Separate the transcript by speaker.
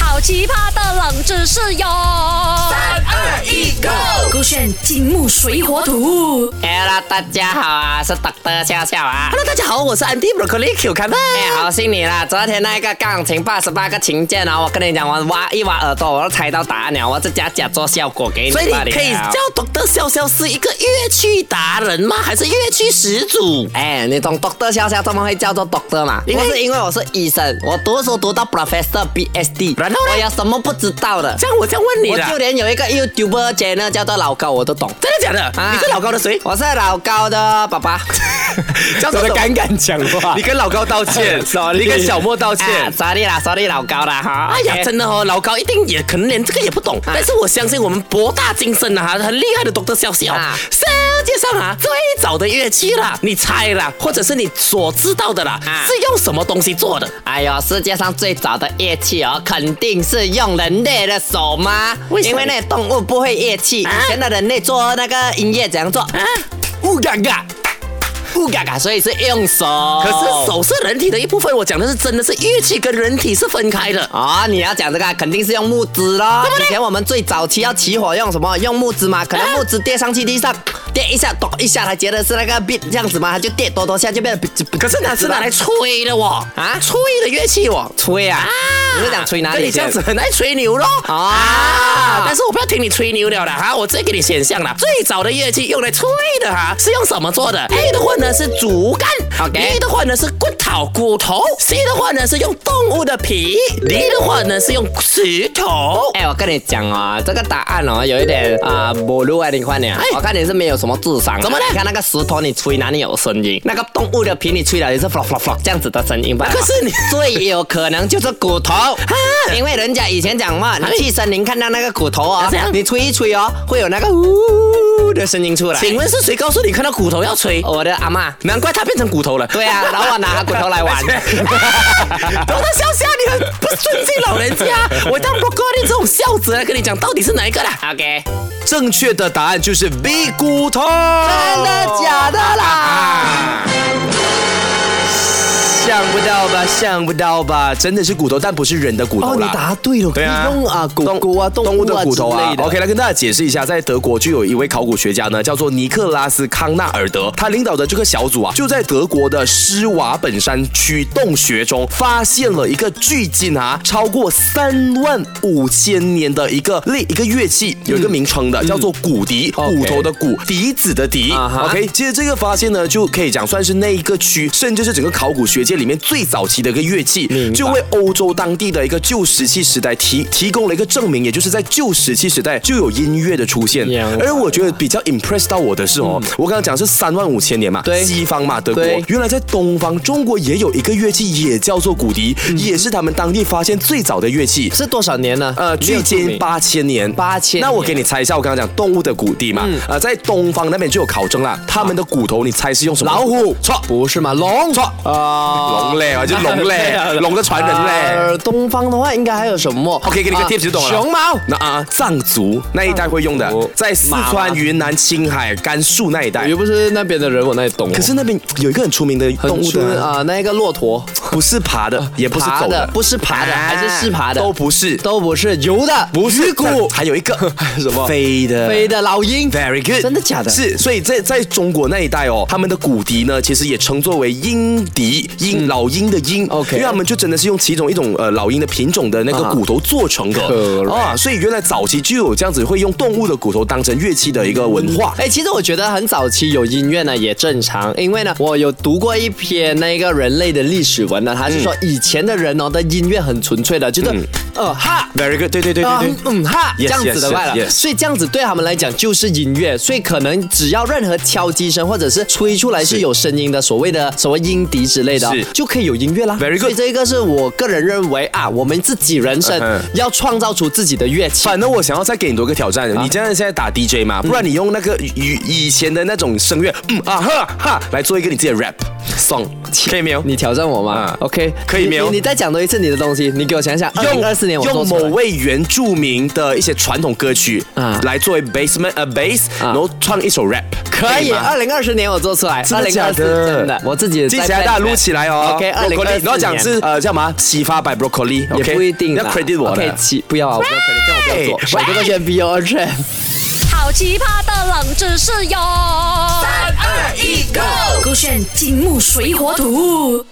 Speaker 1: 好奇葩的冷知识哟！三
Speaker 2: 二一，Go！
Speaker 1: 勾选金木水火土。
Speaker 2: Hello，大家好啊，是 Dr. 笑笑啊。
Speaker 3: Hello，大家好，我是 Andy Broccoli Q 看吧。
Speaker 2: 哎，好心你啦！昨天那个钢琴八十八个琴键啊，我跟你讲，我挖一挖耳朵，我都猜到答案了，我在家假做效果给你
Speaker 3: 所以
Speaker 2: 罢了
Speaker 3: 你可以叫 Doctor 笑笑是一个乐器达人吗？还是乐器始祖？
Speaker 2: 哎，你懂 Doctor 笑笑怎么会叫做 Doctor 嘛？
Speaker 3: 因
Speaker 2: 因
Speaker 3: 为
Speaker 2: 为是因为我是医生，我读书读到 Professor BSD，
Speaker 3: 然后呢啊
Speaker 2: 我有什么不知道的？
Speaker 3: 这样我这样问你
Speaker 2: 我
Speaker 3: 了，
Speaker 2: 就连有一个 YouTuber channel 叫做老高，我都懂。
Speaker 3: 真的假的？
Speaker 2: 啊
Speaker 3: 你跟老高的谁？
Speaker 2: 我是老高的爸爸。
Speaker 3: 叫做什么
Speaker 4: 敢讲话
Speaker 3: 你跟老高道 歉
Speaker 4: Sorry
Speaker 3: 你跟小莫道
Speaker 2: 啊
Speaker 3: 歉。
Speaker 2: ，sorry 啦，sorry 老高啦哈。
Speaker 3: 哎啊呀，
Speaker 2: OK
Speaker 3: 真的哦，老高一定也可能连这个也不懂，但是我相信我们博大精深啊，很厉害的 Doctor 笑笑
Speaker 2: 啊，
Speaker 3: 世界上啊最早的乐器啦，你猜啦，或者是你所知道的啦，
Speaker 2: 啊
Speaker 3: 是用什么东西做的？
Speaker 2: 哎呦，世界上最早的乐器哦，肯定是用人类的手吗？
Speaker 3: 为什
Speaker 2: 因
Speaker 3: 么
Speaker 2: 为那动物不会乐器，以前的人类做那个音乐怎样做？
Speaker 3: 啊，
Speaker 2: 呜嘎嘎，呜嘎嘎，所以是用手。
Speaker 3: 可是手是人体的一部分，我讲的是真的是乐器跟人体是分开的。
Speaker 2: 啊、你要讲这个啊肯定是用木枝咯。以前我们最早期要起火用什么？用木枝
Speaker 3: 啊
Speaker 2: 嘛，可能木枝跌上去地上，跌一下，咚一下，它觉得是那个 beat 这样子嘛，它就跌多多下就变得。
Speaker 3: 可是那是拿来吹的哦，
Speaker 2: 啊
Speaker 3: 吹的乐器哦。
Speaker 2: 吹啊！你是想吹哪
Speaker 3: 跟
Speaker 2: 里
Speaker 3: 你
Speaker 2: 去？
Speaker 3: 这样子很爱吹牛咯。
Speaker 2: 啊
Speaker 3: 啊！但是我不要听你吹牛了啦哈，我直接给你选项啦。最早的乐器用来吹的哈，是用什么做的？A 的话呢是竹竿
Speaker 2: OK
Speaker 3: b 的话呢是骨头骨头，C 的话呢是用动物的皮，D 的话呢是用石头。
Speaker 2: 哎、我跟你讲哦，这个答案哦，有一点啊，不入啊，你看你啊
Speaker 3: 哎，
Speaker 2: 我看你是没有什么智商啊。
Speaker 3: 怎么了
Speaker 2: 你看那个石头，你吹哪里有声音？那个动物的皮，你吹了也是 flop flop flop 这样子的声音吧？啊
Speaker 3: 可是你
Speaker 2: 最有可能就是骨头，哎因为人家以前讲嘛，你去森林看到那个骨头哦
Speaker 3: 这样，
Speaker 2: 你吹一吹哦，会有那个呜的声音出来。
Speaker 3: 请问是谁告诉你看到骨头要吹？
Speaker 2: 我的阿妈，
Speaker 3: 难怪它变成骨头了。
Speaker 2: 对啊，然后我拿骨头来 玩。
Speaker 3: 懂得笑笑，你很不尊敬老人家。我当 broccoli 这种孝子来跟你讲，到底是哪一个啦？
Speaker 2: OK，
Speaker 4: 正确的答案就是 B 骨头。
Speaker 2: 真的假的啦？
Speaker 4: 想不到吧，想不到吧，真的是骨头，但不是人的骨头啦。
Speaker 2: 哦对了，
Speaker 4: 对啊，
Speaker 2: 可以
Speaker 4: 动动物的骨头
Speaker 2: 之
Speaker 4: 啊
Speaker 2: 类的
Speaker 4: OK，来跟大家解释一下，在德国就有一位考古学家呢，叫做尼克拉斯康纳尔德，他领导的这个小组啊，就在德国的施瓦本山区洞穴中发现了一个距今啊超过三万五千年的一个类一个乐器，有
Speaker 2: 嗯
Speaker 4: 一个名称的，叫做骨笛，骨头的骨，笛子的笛。
Speaker 2: 啊哈
Speaker 4: OK，其实这个发现呢，就可以讲算是那一个区，甚至是整个考古学界里面最早期的一个乐器，就为欧洲当地的一个旧石器时代提提供了一个证明，也就是在旧石器时代就有音乐的出现
Speaker 2: 呀。
Speaker 4: 而我觉得比较 impress 到我的是哦，我刚刚讲是三万五千年嘛，
Speaker 2: 嗯对
Speaker 4: 西方嘛，德国
Speaker 2: 对，
Speaker 4: 原来在东方中国也有一个乐器，也叫做骨笛，
Speaker 2: 嗯
Speaker 4: 也是他们当地发现最早的乐器。
Speaker 2: 是多少年啊呢？
Speaker 4: 呃，距今八千年，
Speaker 2: 8000
Speaker 4: 那我
Speaker 2: 年嗯
Speaker 4: 给你猜一下，我刚刚讲动物的骨地嘛，呃，在东方那边就有考证啦，他们的骨头你猜是用什么？
Speaker 2: 老虎
Speaker 4: 错，
Speaker 2: 不是嘛？龙
Speaker 4: 错
Speaker 2: 啊
Speaker 4: 龙嘞，我就龙
Speaker 2: 对啊
Speaker 4: 嘞， 龙的呃传人嘞。
Speaker 2: 呃东方的话应该还有什么
Speaker 4: OK，给你个
Speaker 2: 啊
Speaker 4: tips 就懂了。
Speaker 2: 熊猫
Speaker 4: 那啊，藏族那一带会用的
Speaker 2: 藏族，哎
Speaker 4: 在四
Speaker 2: 马
Speaker 4: 川、
Speaker 2: 吗
Speaker 4: 云南、青海、甘肃那一带
Speaker 2: 又。不是那边的人，我哪里懂哦？
Speaker 4: 哎可是那边有一个很出名的动
Speaker 2: 很
Speaker 4: 物
Speaker 2: 出
Speaker 4: 的啊，
Speaker 2: 啊，那个骆驼
Speaker 4: 不是 爬的，也不是
Speaker 2: 爬
Speaker 4: 走的，
Speaker 2: 不是爬的，
Speaker 4: 啊
Speaker 2: 还是是爬的，
Speaker 4: 都不是，
Speaker 2: 都不是游的，
Speaker 4: 不是
Speaker 2: 鱼骨
Speaker 4: 还有 一个
Speaker 2: 什么
Speaker 4: 飞的，
Speaker 2: 飞的老鹰。
Speaker 4: Very good，
Speaker 2: 真的假的
Speaker 4: 是，所以在在中国那一带哦，他们的骨笛呢，其实也称作为鹰笛，鹰、老鹰的鹰。
Speaker 2: OK
Speaker 4: 因为他们就真的是用其中一种呃老鹰的品种的那个
Speaker 2: 啊
Speaker 4: 骨头做成的
Speaker 2: Correct
Speaker 4: 啊，所以原来早期就有这样子会用动物的骨头当成乐器的一个文化。
Speaker 2: 哎，其实我觉得很早期有音乐呢也正常，因为呢，我有读过一篇那个人类的历史文呢，他是说以前的人哦的音乐很纯粹的，就是呃哈
Speaker 4: Very 嗯 good，对对对对
Speaker 2: 啊
Speaker 4: 对。
Speaker 2: 嗯嗯哈，这
Speaker 4: Yes,
Speaker 2: 样子的
Speaker 4: yes,
Speaker 2: 话了
Speaker 4: yes, yes.
Speaker 2: 所以这样子对他们来讲就是音乐，所以可能只要任何敲击声或者是吹出来是有声音的，所谓的什么音笛之类的
Speaker 4: 是，
Speaker 2: 就可以有音乐啦。
Speaker 4: Very good.
Speaker 2: 所以这个是我个人认为啊，我们自己人生
Speaker 4: 嗯哼
Speaker 2: 要创造出自己的乐器。
Speaker 4: 反正我想要再给你多一个挑战，
Speaker 2: 啊
Speaker 4: 你真的现在打 DJ 嘛？不然你用那个以以前的那种声乐，嗯啊哈哈，来做一个你自己的 rap song，可以没有？
Speaker 2: 你挑战我吗、
Speaker 4: 啊
Speaker 2: o k
Speaker 4: 可以没有
Speaker 2: 你你再讲多一次你的东西，你给我想想，
Speaker 4: 用
Speaker 2: 二四年我做
Speaker 4: 用
Speaker 2: 出来
Speaker 4: 某位原住民的一些传统歌曲
Speaker 2: 啊
Speaker 4: 来作为 basement 呃 bass，然后唱一首 rap，
Speaker 2: 嗯可以，
Speaker 4: 吗
Speaker 2: 二零二四年我做出来，
Speaker 4: 真
Speaker 2: 二
Speaker 4: 的
Speaker 2: 零
Speaker 4: 假
Speaker 2: 二
Speaker 4: 的
Speaker 2: 四真的，我自己
Speaker 4: 记
Speaker 2: 在
Speaker 4: 起来，
Speaker 2: plan
Speaker 4: 大家录起来哦。
Speaker 2: OK，二零
Speaker 4: Broccoli，
Speaker 2: 二四
Speaker 4: 你要讲是呃叫什么？启发 by broccoli，
Speaker 2: 也不一定
Speaker 4: 要
Speaker 2: 啦
Speaker 4: credit 我
Speaker 2: OK，
Speaker 4: 的。
Speaker 2: 起不要啊，我不要 credit，这样我不要做，我这个选 Beyond Trap。
Speaker 1: 好奇葩的冷知识哟！三二一，Go！勾选金木水火土。